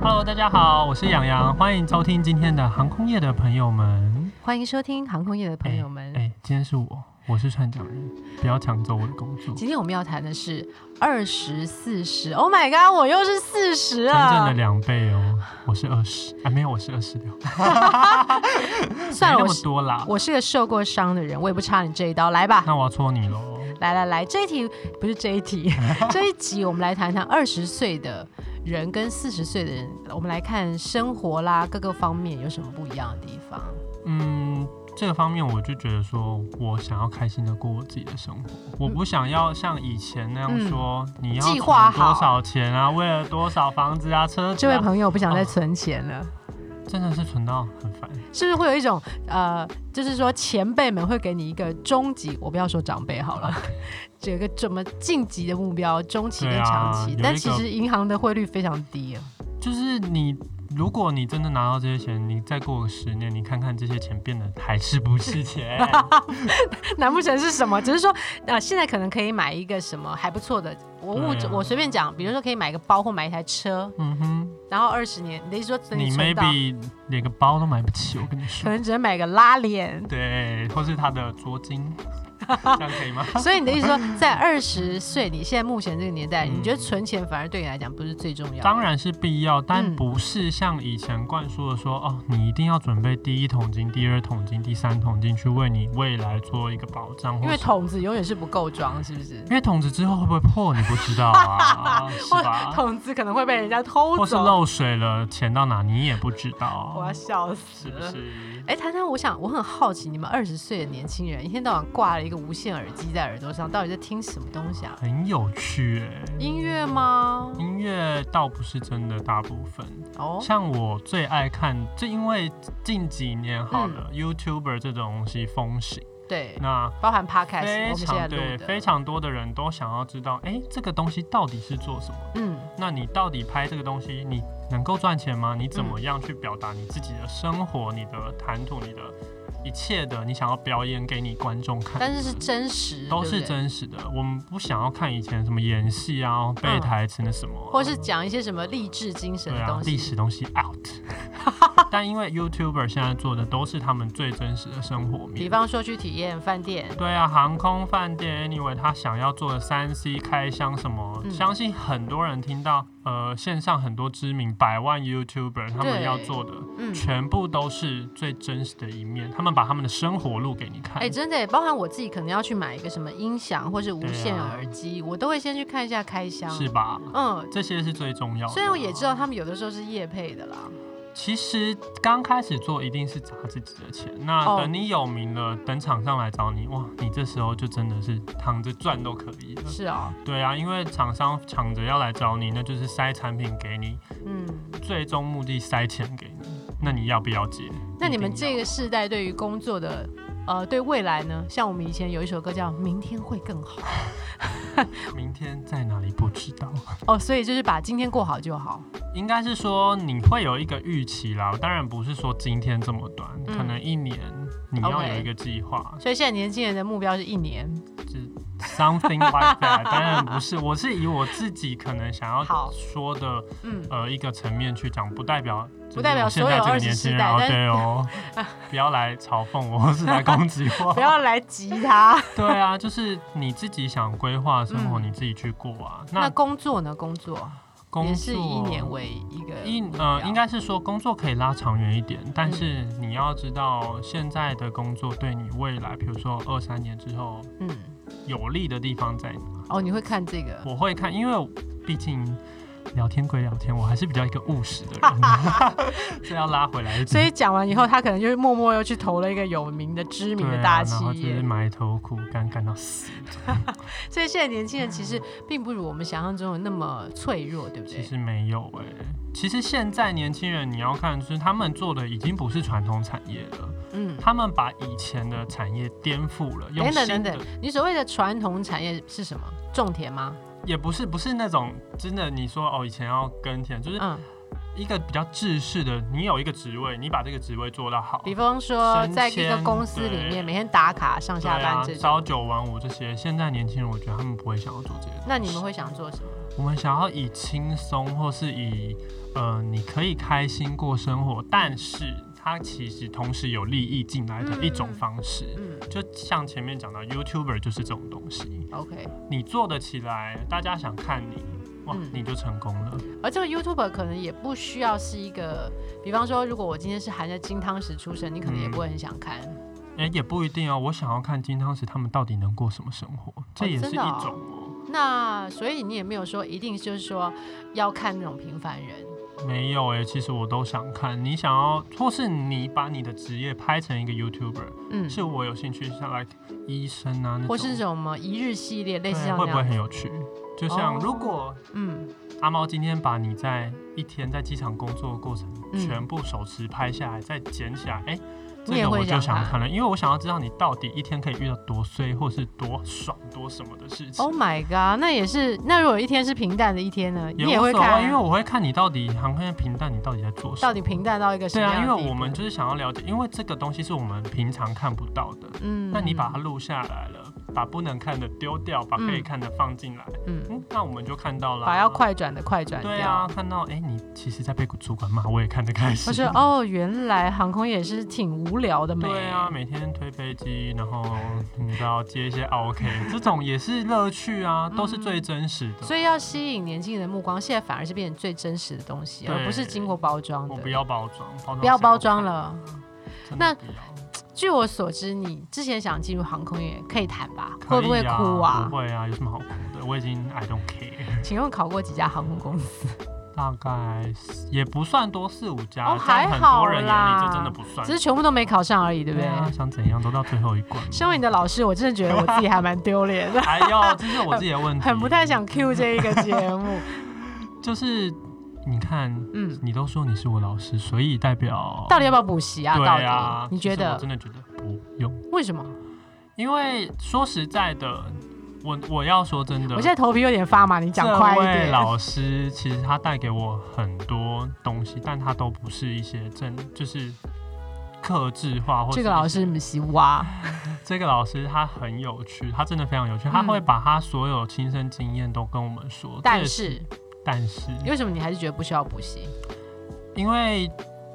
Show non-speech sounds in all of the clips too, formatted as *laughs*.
Hello，大家好，我是杨洋，欢迎收听今天的航空业的朋友们。欢迎收听航空业的朋友哎们。、今天是我，我是船长人，不要抢走我的工作。今天我们要谈的是二十四十，Oh my god，我又是四十啊真正的了。两倍哦，我是二十，啊，没有，我是二十六，没 *laughs* 算哎那了，我么啊是多啦。我是个受过伤的人，我也不差你这一刀。来吧，那我要戳你喽。来来来，这一题不是这一 *laughs* 题，这一集我们来谈谈二十岁的人跟四十岁的人，我们来看生活啦各个方面有什么不一样的地方。嗯，这个方面我就觉得说，我想要开心的过我自己的生活，我不想要像以前那样嗯说，你要计划存多好少钱啊，为了多少房子啊、车子这位啊，朋友不想哦再存钱了，真的是存到很烦。是不是会有一种呃，就是说前辈们会给你一个终极，我不要说长辈好了， *laughs* 有一个怎么晋级的目标，中期跟对啊长期，有一但个其实银行的汇率非常低啊。 *laughs* 就是你，如果你真的拿到这些钱，你再过个十年，你看看这些钱变得还是不是 *laughs* 钱？难不成是什么？只是说，呃，现在可能可以买一个什么还不错的，我物质、对啊我随便讲，比如说可以买个包或买一台车，嗯哼，然后二十年，你的意思说等你存到， maybe 连个包都买不起，我跟你可 *laughs* 说。能只能买个 *laughs* 拉链。对，或是他的捉 *laughs* 襟，这样可以吗？所以你的啊意思说，在二十岁，你现在目前这个年代，嗯你觉得存钱反而对你来讲不是最重要的？当然是必要，但嗯不是像以前灌输的说，哦，你一定要准备第一桶金、第二桶金、第三桶金，去为你未来做一个保障。因或为是，桶子永远是不够装，是不是？因为桶子之后会不会破，你不知道啊，是或吧？ *laughs* 桶子可能会被人家偷或是走，漏水了，钱到哪你也不知我道啊要，笑死是不了。是？哎，谈谈，我想我很好奇，你们二十岁的年轻人一天到晚挂了一个无线耳机在耳朵上，到底在听什么东西啊？很有趣哎、音乐吗？音乐倒不是真的大部分，哦，像我最爱看，就因为近几年好了、y o u t u b e r 这种东西风行，嗯对，那包含 podcast，非我们现在常对录非的，常多的人都想要知道，哎、这个东西到底是做什么？嗯，那你到底拍这个东西，你能够赚钱吗？你怎嗯么样去表达你自己的生活、你的谈吐、你的一切的你想要表演给你观众看的？但是是真实，都对不是对，真实的，我们不想要看以前什么演戏啊、背台词那什么啊、嗯或是讲一些什么励志精神对的啊东，西，历史东西 out。但因为 YouTuber 现在做的都是他们最真实的生活比面。方说去体验饭店，对啊，航空饭店，anyway，他想要做的三 C 开箱什么，嗯相信很多人听到，呃，线上很多知名百万 YouTuber 他们对要做的，嗯。全部都是最真实的一面，他们把他们的生活录给你看。哎、真的耶，包含我自己可能要去买一个什么音响或是无对啊线耳机，我都会先去看一下开箱。是吧？嗯，这些是最重要的啊。虽然我也知道他们有的时候是业配的啦，其实刚开始做一定是砸自己的钱，那哦等你有名了，等厂商来找你，哇，你这时候就真的是躺着赚都可以了。是啊、对啊，因为厂商抢着要来找你，那就是塞产品给你，嗯。最终目的塞钱给你，那你要不要接？那你们一定要这个世代对于工作的，呃，对未来呢？像我们以前有一首歌叫《明天会更好》，明天在哪里不知道，哦，所以就是把今天过好就好。应该是说你会有一个预期啦。当然不是说今天这么短，嗯可能一年你要 OK 有一个计划。所以现在年轻人的目标是一年，就是 something like *laughs* that，当然不是，我是以我自己可能想要好说的嗯，呃一个层面去讲，不代表不代表就是所我现有在这个20年轻世人代哦，但对哦， *laughs* 不要来嘲讽我，或是来攻击不我。要来急 *laughs* 他。对啊，就是你自己想规划的生活，嗯你自己去过啊。那那工作呢？工作工也是作一年为一个一目呃，标应该是说工作可以拉长远一点，但是嗯你要知道现在的工作对你未来，比如说二三年之后嗯，有利的地方在哪？哦，你会看这个？我会看，因为毕竟聊天归聊天，我还是比较一个务实的人， *laughs* 这要拉回来一点。所以讲完以后，他可能就是默默又去投了一个有名的、知名对的啊大然企后就业。是埋头苦干，干到死。所以现在年轻人其实并不如我们想象中的那么脆弱，对不其对？实没有哎、其实现在年轻人你要看，就是他们做的已经不是传统产业了，嗯，他们把以前的产业颠覆了，用等等新等的等，你所谓的传统产业是什么？种田吗？也不是不是那种真的你说哦，以前要耕田，就是嗯，一个比较制式的，你有一个职位，你把这个职位做到好，比方说，升在一个迁公司里对面，每天打卡上对下班啊这，种，朝九晚五这些，现在年轻人我觉得他们不会想要做这些。那你们会想做什么？我们想要以轻松，或是以呃，你可以开心过生活，但是它其实同时有利益进来的一种方式。嗯就像前面讲到，YouTuber 就是这种东西， ，OK。你做得起来，大家想看你，哇，嗯你就成功了。而这个 YouTuber 可能也不需要是一个，比方说，如果我今天是含着金汤匙出生，你可能也嗯不会很想看。哎、也不一定哦。我想要看金汤匙他们到底能过什么生活，这也是真一的哦种哦。那所以你也没有说一定就是说要看那种平凡人。没有哎、其实我都想看。你想要，或是你把你的职业拍成一个 YouTuber，、嗯，是我有兴趣，像 like 医生啊那种，或是那种什么一日系列，类对似像会那不会样很子。有趣？就像哦如果嗯，阿猫今天把你在一天在机场工作的过程嗯全部手持拍下来，再剪起来，哎、你这也个会我就想想看看了，因为我想要知道你到底一天可以遇到多衰，或是多爽、多什么的事情。 Oh my god，那也是。那如果有一天是平淡的一天呢，你无会所看啊、谓，因为我会看你到底航空平淡，你到底在做什么。到底平淡到一个什对么啊，样因的为地我们步就是想要了解，因为这个东西是我们平常看不到的。嗯，那你把它录下来了，把不能看的丢掉，把可以看的放进来，嗯，嗯，那我们就看到了。啊把要。快转的快转掉。对啊，看到哎、你其实在被主管骂，我也看得开心。我说哦，原来航空也是挺无聊的嘛。对啊，每天推飞机，然后你知道接一些 OK，这种也是乐趣啊，都是最真实的。嗯所以要吸引年轻人的目光，现在反而是变成最真实的东西，而不是对经过包装我的。不要包装，包装不要谁包装看，了。真的那不要据我所知，你之前想进入航空业，可以谈吧？可会不会以啊哭啊不？会啊，有什么好哭的？我已经 I don't care，请问考过几家航空公司？大概四也不算多，四五家，哦在还很好多人眼里这真的不算只。是全部都没考上而已，对不对？啊，想怎样都到最后一 *laughs* 关。，身为你的老师，我真的觉得我自己还蛮丢脸的哎呦，这是我自己的问题，很不太想 Q 这一个节目。就是你看，嗯，你都说你是我老师，所以代表到底要不要补习啊？对到啊底，你其觉实我得真的觉得不用，为什么？因为说实在的，我我要说真的，我现在头皮有点发麻，你讲啊快一这位点。老师其实他带给我很多东西，但他都不是一些真就是克制化或是这个老师一些不是哇，这个老师他很有趣，他真的非常有趣，嗯他会把他所有亲身经验都跟我们说。这但也是但是，为什么你还是觉得不需要补习？因嗯为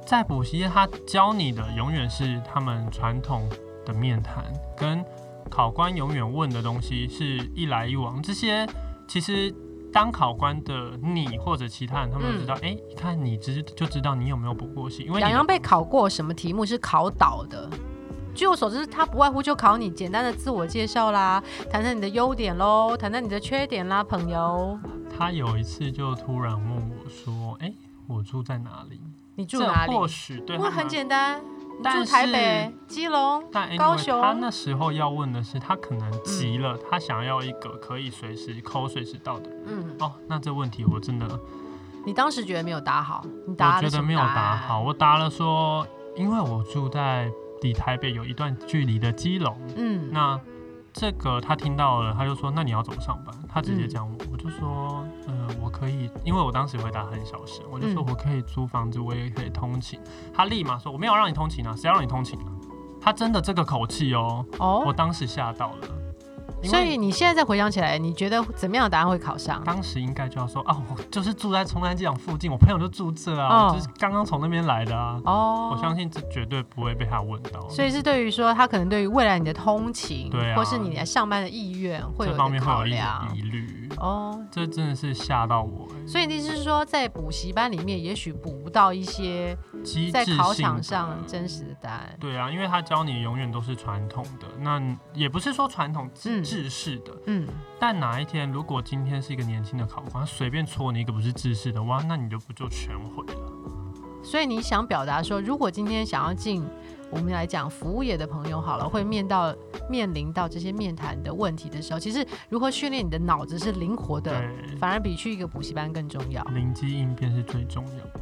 在补习业，他教你的永远是他们传统的面谈，跟考官永远问的东西是一来一往。这些其实当考官的你或者其他人，他们都知道，哎、一看你知就知道你有没有补过习，因为你洋的洋被考过什么题目是考倒的？据我所知，他不外乎就考你简单的自我介绍啦，谈谈你的优点喽，谈谈你的缺点啦，朋友。他有一次就突然问我说，哎、我住在哪里？你住哪里这？或许对他们问很简单，你但住是台北、基隆。但 anyway, 高雄他那时候要问的是，他可能急了，他想要一个可以随时抠、随时到的人。嗯，哦，那这问题我真的你当时觉得没有答好，你我答了觉什得么没有答答案好，。我答了说，因为我住在离台北有一段距离的基隆，嗯，那这个他听到了，他就说，那你要怎么上班？他直接嗯讲我，我就说，嗯、我可以，因为我当时回答很小声，我就说嗯我可以租房子，我也可以通勤。他立马说，我没有让你通勤啊，谁要让你通勤啊？他真的这个口气哦，我哦，当时吓到了，因所为以你现在再回想起来，你觉得怎么样的答案会考上？当时应该就要说啊，我就是住在松山机场附近，我朋友就住这啊，哦我就是刚刚从那边来的啊。哦，我相信这绝对不会被他问到，所以是对于说他可能对于未来你的通勤，对啊或是你来上班的意愿会有这一方个面会考有一量点疑虑。哦。这真的是吓到我、所以你意思是说，在补习班里面，也许补不到一些欸，机在制考性场的上真实的答案。对啊，因为他教你永远都是传统的，那也不是说传统嗯制制式的，嗯，但哪一天如果今天是一个年轻的考官，随便戳你一个不是制式的，哇，那你就不就全毁了？所以你想表达说，如果今天想要进我们来讲服务业的朋友好了，会面到面临到这些面谈的问题的时候，其实如何训练你的脑子是灵活的，对，反而比去一个补习班更重要。灵机应变是最重要的，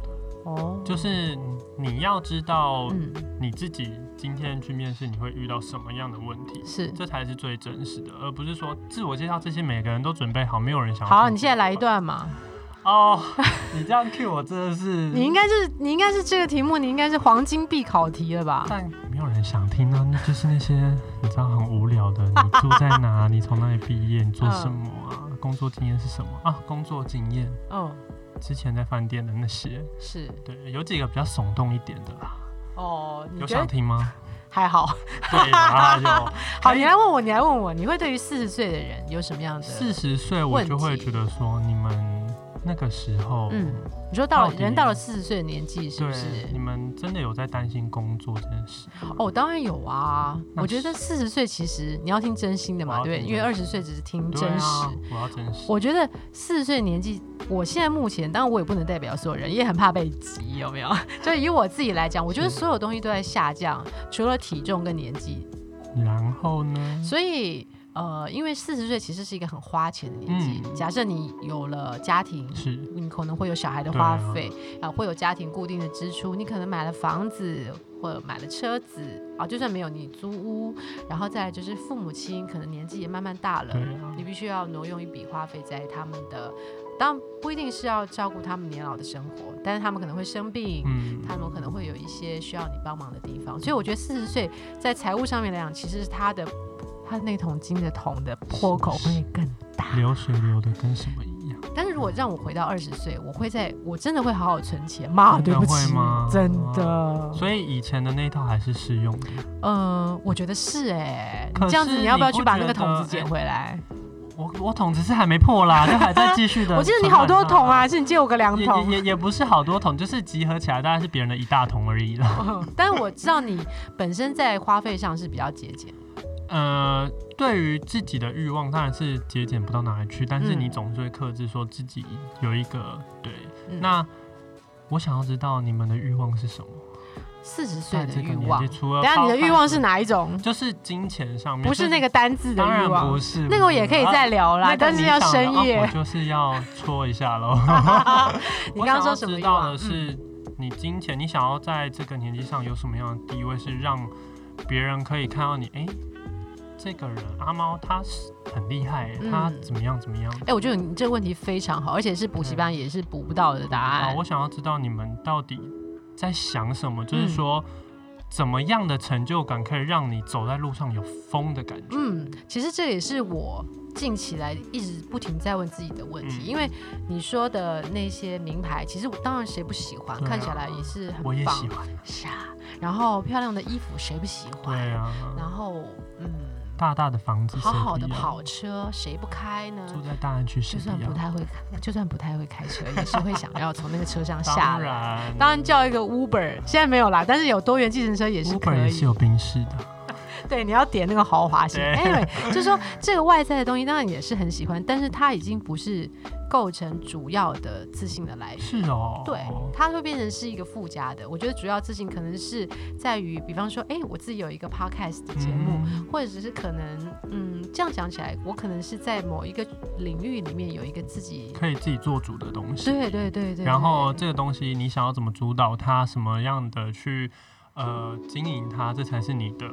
哦，就是你要知道嗯，你自己今天去面试你会遇到什么样的问题，是。这才是最真实的，而不是说自我介绍这些每个人都准备好，没有人想要听这个。好，你现在来一段嘛。哦， *laughs* 你这样 Q 我真的是， *laughs* 你应该是你应该是这个题目，你应该是黄金必考题了吧？但没有人想听啊，那就是那些你知道很无聊 *laughs* 的，你住在哪，你从哪里毕业，你做什么啊，嗯工作经验是什么啊？工作经验哦，之前在饭店的那些，是对，有几个比较耸动一点的啦，哦，你有觉想得听 *laughs* 吗？还好？对啦，有。好，哎你来问我，你来问我，你会对于四十岁的人有什么样的？四十岁我就会觉得说，你们那个时候，嗯，你说到了到底人到了四十岁的年纪，是不是？对，你们真的有在担心工作这件事？哦，当然有啊。那我觉得四十岁其实你要听真心的我嘛，要对嗯不对？啊听因为二真十岁只是听真对实。啊，我要真实。我觉得四十岁的年纪，我现在目前，当然我也不能代表所有人，也很怕被挤，有没有？ *laughs* 就以我自己来讲，我觉得是所有东西都在下降，除了体重跟年纪。然后呢？所以，呃，因为四十岁其实是一个很花钱的年纪。嗯假设你有了家庭，是你可能会有小孩的对花啊费啊、会有家庭固定的支出，你可能买了房子或者买了车子啊，就算没有你租屋，然后再来就是父母亲可能年纪也慢慢大了对，啊你，必须要挪用一笔花费在他们的，当然不一定是要照顾他们年老的生活，但是他们可能会生病。嗯，他们可能会有一些需要你帮忙的地方，所以我觉得四十岁在财务上面来讲，其实他的他那桶金的桶的破口会更大。流水流的跟什么一样？但是如果让我回到二十岁，我会在我真的会好好存钱。妈，真的对不起会吗，真的。所以以前的那一套还是适用的。呃，我觉得是哎、可这样子是你要不要你不去把觉那个桶得子捡回来？我我桶子是还没破 *laughs* 啦，就还在继续的。我记得你好多桶啊，还。是你借我个两也也桶？也也不是好多桶，就是集合起来大概是别人的一大桶而已啦。但我知道你本身在花费上是比较节俭，呃，对于自己的欲望当然是节俭不到哪里去，但是嗯你总是会克制，说自己有一个对。嗯那我想要知道你们的欲望是什么？四十岁在的这个欲年望纪，。除了等一下你的欲望是包哪一种含？就是金钱上面，不是就那个单字的当欲然望不，是那个我也可以再聊啦，那个但是你要想的深哦夜我。就是要戳一下喽。你我刚想刚说要什么知欲道望？嗯的是，你金钱，你想要在这个年纪上有什么样的地位，是让别人可以看到你，哎、这个人阿猫他是很厉害耶、嗯他怎么样怎么样。哎、我觉得你这个问题非常好，而且是补习班也是补不到的答啊案。，我想要知道你们到底在想什么，嗯就是说。怎么样的成就感可以让你走在路上有风的感觉？嗯，其实这也是我近期来一直不停在问自己的问题，嗯因为你说的那些名牌，其实我当然谁不喜欢，对啊看起来也是很我也棒喜，欢。是啊。然后漂亮的衣服谁不喜欢？对啊，然后嗯，大大的房子，好谁好不的要跑车谁不开呢？住在大安区，就谁算不要不？太会开，就算不太会开车，也是会想要从那个车上下当来。然，当然叫一个 Uber，现在没有啦，但是有多元计程车也是 Uber 可也以。是有冰室的，对，你要点那个豪华型。对 Anyway，就是 *laughs* 说这个外在的东西，当然也是很喜欢，但是它已经不是构成主要的自信的来源。是哦。对，它会变成是一个附加的。我觉得主要自信可能是在于，比方说，哎、我自己有一个 podcast 的节目，嗯或者只是可能，嗯，这样讲起来，我可能是在某一个领域里面有一个自己，可以自己做主的东西。对对对对。然后对这个东西你想要怎么主导它，什么样的去呃经营它，这才是你的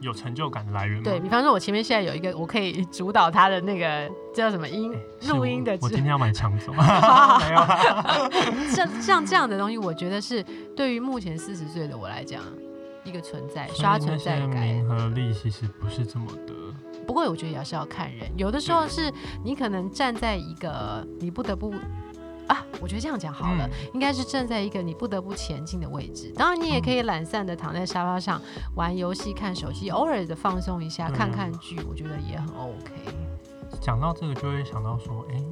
有成就感的来源嘛。对比方说，我前面现在有一个我可以主导他的那个叫什么音哎是录我音的 *laughs* 我制今天要买抢走， *laughs* 没有 *laughs* 啦。这像这样的东西，我觉得是对于目前四十岁的我来讲，一个存在刷所以存在 *laughs* 那些感。名和利其实不是这么的，不过我觉得也是要看人，有的时候是你可能站在一个你不得不啊，我觉得这样讲好了，嗯应该是站在一个你不得不前进的位置。当然，你也可以嗯懒散的躺在沙发上玩游戏、看手机，偶尔的放松一下，对啊看看剧，我觉得也很 OK。讲到这个就会想到说，哎，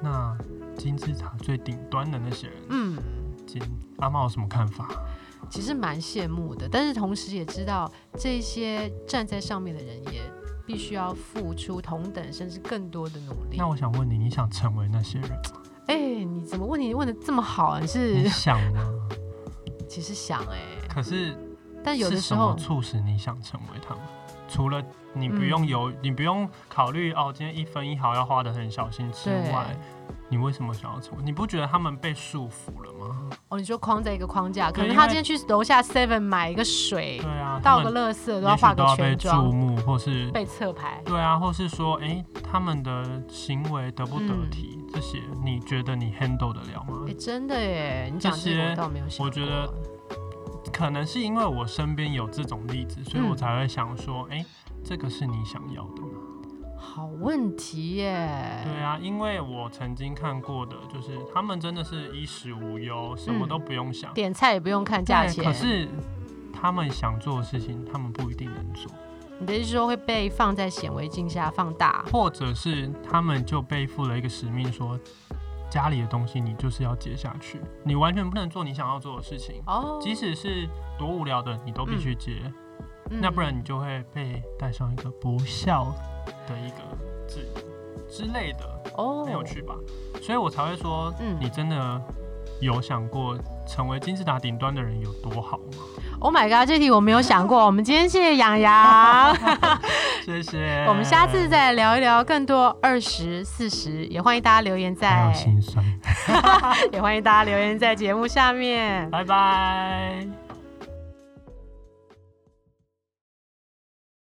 那金字塔最顶端的那些人，嗯，金阿茂有什么看法？其实蛮羡慕的，但是同时也知道这些站在上面的人也必须要付出同等甚至更多的努力那。我想问你，你想成为那些人吗？哎、你怎么问题问的这么好啊？你是你想吗？其实想哎、可是但有的是时什么候促使你想成为他们？除了嗯你不用有，你不用考虑哦，今天一分一毫要花的很小心之对外，你为什么想要成为？你不觉得他们被束缚了吗？哦，你说框在一个框架，可对能因他为今天去楼下 Seven 买一个水对，啊，倒他个们垃圾都也要许化都个要被全注妆，目，或是被侧牌。对啊，或是说，诶，他们的行为得不嗯得体，这些你觉得你 handle 得了吗哎、？真的耶！你讲这这个些我倒没有想过。我觉得可能是因为我身边有这种例子，所以嗯我才会想说，诶，这个是你想要的吗？好问题耶。对啊，因为我曾经看过的，就是他们真的是衣食无忧，什么嗯都不用想，点菜也不用看价对钱。可是他们想做的事情，他们不一定能做，你的意思说会被放在显微镜下放大？或者是他们就背负了一个使命说。家里的东西你就是要接下去，你完全不能做你想要做的事情，哦，即使是多无聊的你都必须接，嗯那不然你就会被带上一个不孝的一个字之类的，哦，很有趣吧？所以我才会说，嗯你真的有想过成为金字塔顶端的人有多好吗？ Oh my god，这题我没有想过。我们今天谢谢 *laughs* 洋洋，谢谢。我们下次再聊一聊更多二十四十，也欢迎大家留言还在有，心酸，也欢迎大家留言在节目下面。拜拜。